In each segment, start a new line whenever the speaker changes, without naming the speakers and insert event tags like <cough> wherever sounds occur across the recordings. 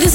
this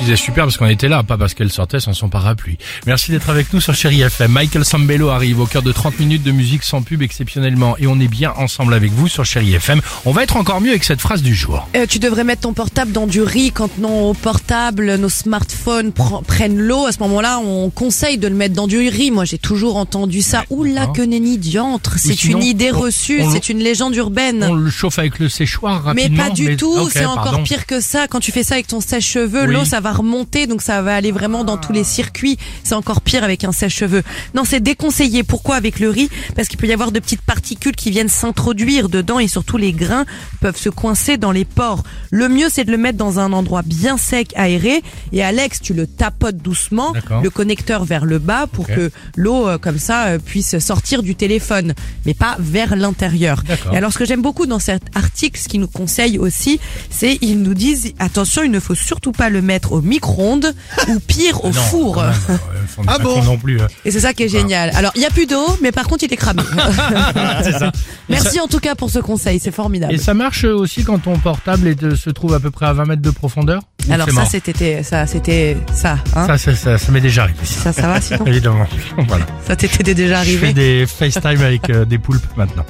Je disais super parce qu'on était là, pas parce qu'elle sortait sans son parapluie. Merci d'être avec nous sur Chéri FM. Michael Sambello arrive au cœur de 30 minutes de musique sans pub exceptionnellement et on est bien ensemble avec vous sur Chéri FM. On va être encore mieux avec cette phrase du jour.
Euh, tu devrais mettre ton portable dans du riz quand nos portables, nos smartphones pre- prennent l'eau. À ce moment-là, on conseille de le mettre dans du riz. Moi, j'ai toujours entendu ça. Oula,
d'accord.
que nenni diantre. C'est
sinon,
une idée
on-
reçue,
on-
c'est une légende urbaine.
On le chauffe avec le séchoir
mais
rapidement. Ah,
pas du tout,
Ok,
c'est encore
pardon.
pire que ça. Quand tu fais ça avec ton sèche-cheveux,
Oui. Ah.
l'eau, ça va remonter, donc ça va aller vraiment dans tous les circuits. C'est encore pire avec un sèche-cheveux. Non, c'est déconseillé. Pourquoi avec le riz Parce qu'il peut y avoir de petites particules qui viennent s'introduire dedans et surtout les grains peuvent se coincer dans les pores. Le mieux, c'est de le mettre dans un endroit bien sec, aéré. Et Alex, tu le tapotes doucement,
D'accord.
le connecteur vers le bas pour
Ok.
que l'eau, euh, comme ça, euh, puisse sortir du téléphone, mais pas vers l'intérieur.
D'accord.
Et alors, ce que j'aime beaucoup dans cet article, ce qu'ils nous conseillent aussi, c'est ils nous disent attention, il ne faut surtout pas le mettre
<laughs>
au micro-ondes ou pire au
Non,
four.
quand même, euh, faut pas
Ah bon
qu'on non plus. euh.
Et c'est ça qui est génial. Alors, il n'y a plus d'eau, mais par contre, il est cramé.
<laughs> C'est ça.
Merci en tout cas pour ce conseil, c'est formidable.
Et ça marche aussi quand ton portable est de- se trouve à peu près à 20 mètres de profondeur. Ou
alors
c'est
ça,
mort
c'était ça, c'était ça. Hein
ça, ça, ça, ça m'est déjà arrivé. ça,
ça, ça va sinon
Évidemment. <laughs> Voilà.
Ça t'était déjà
Je fais
arrivé
des FaceTime avec euh, des poulpes
<laughs>
maintenant.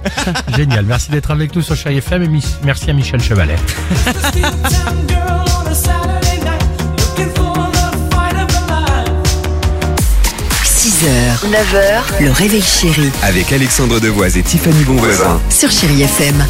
Génial. Merci d'être avec nous sur Chérie FM et mis- merci à Michel Chevalet.
Town girl on a Saturday night, looking for the fight of her life.
6h, 9h, le réveil chéri
Avec Alexandre Devoise et Tiffany Bonvoisin.
sur Chérie FM.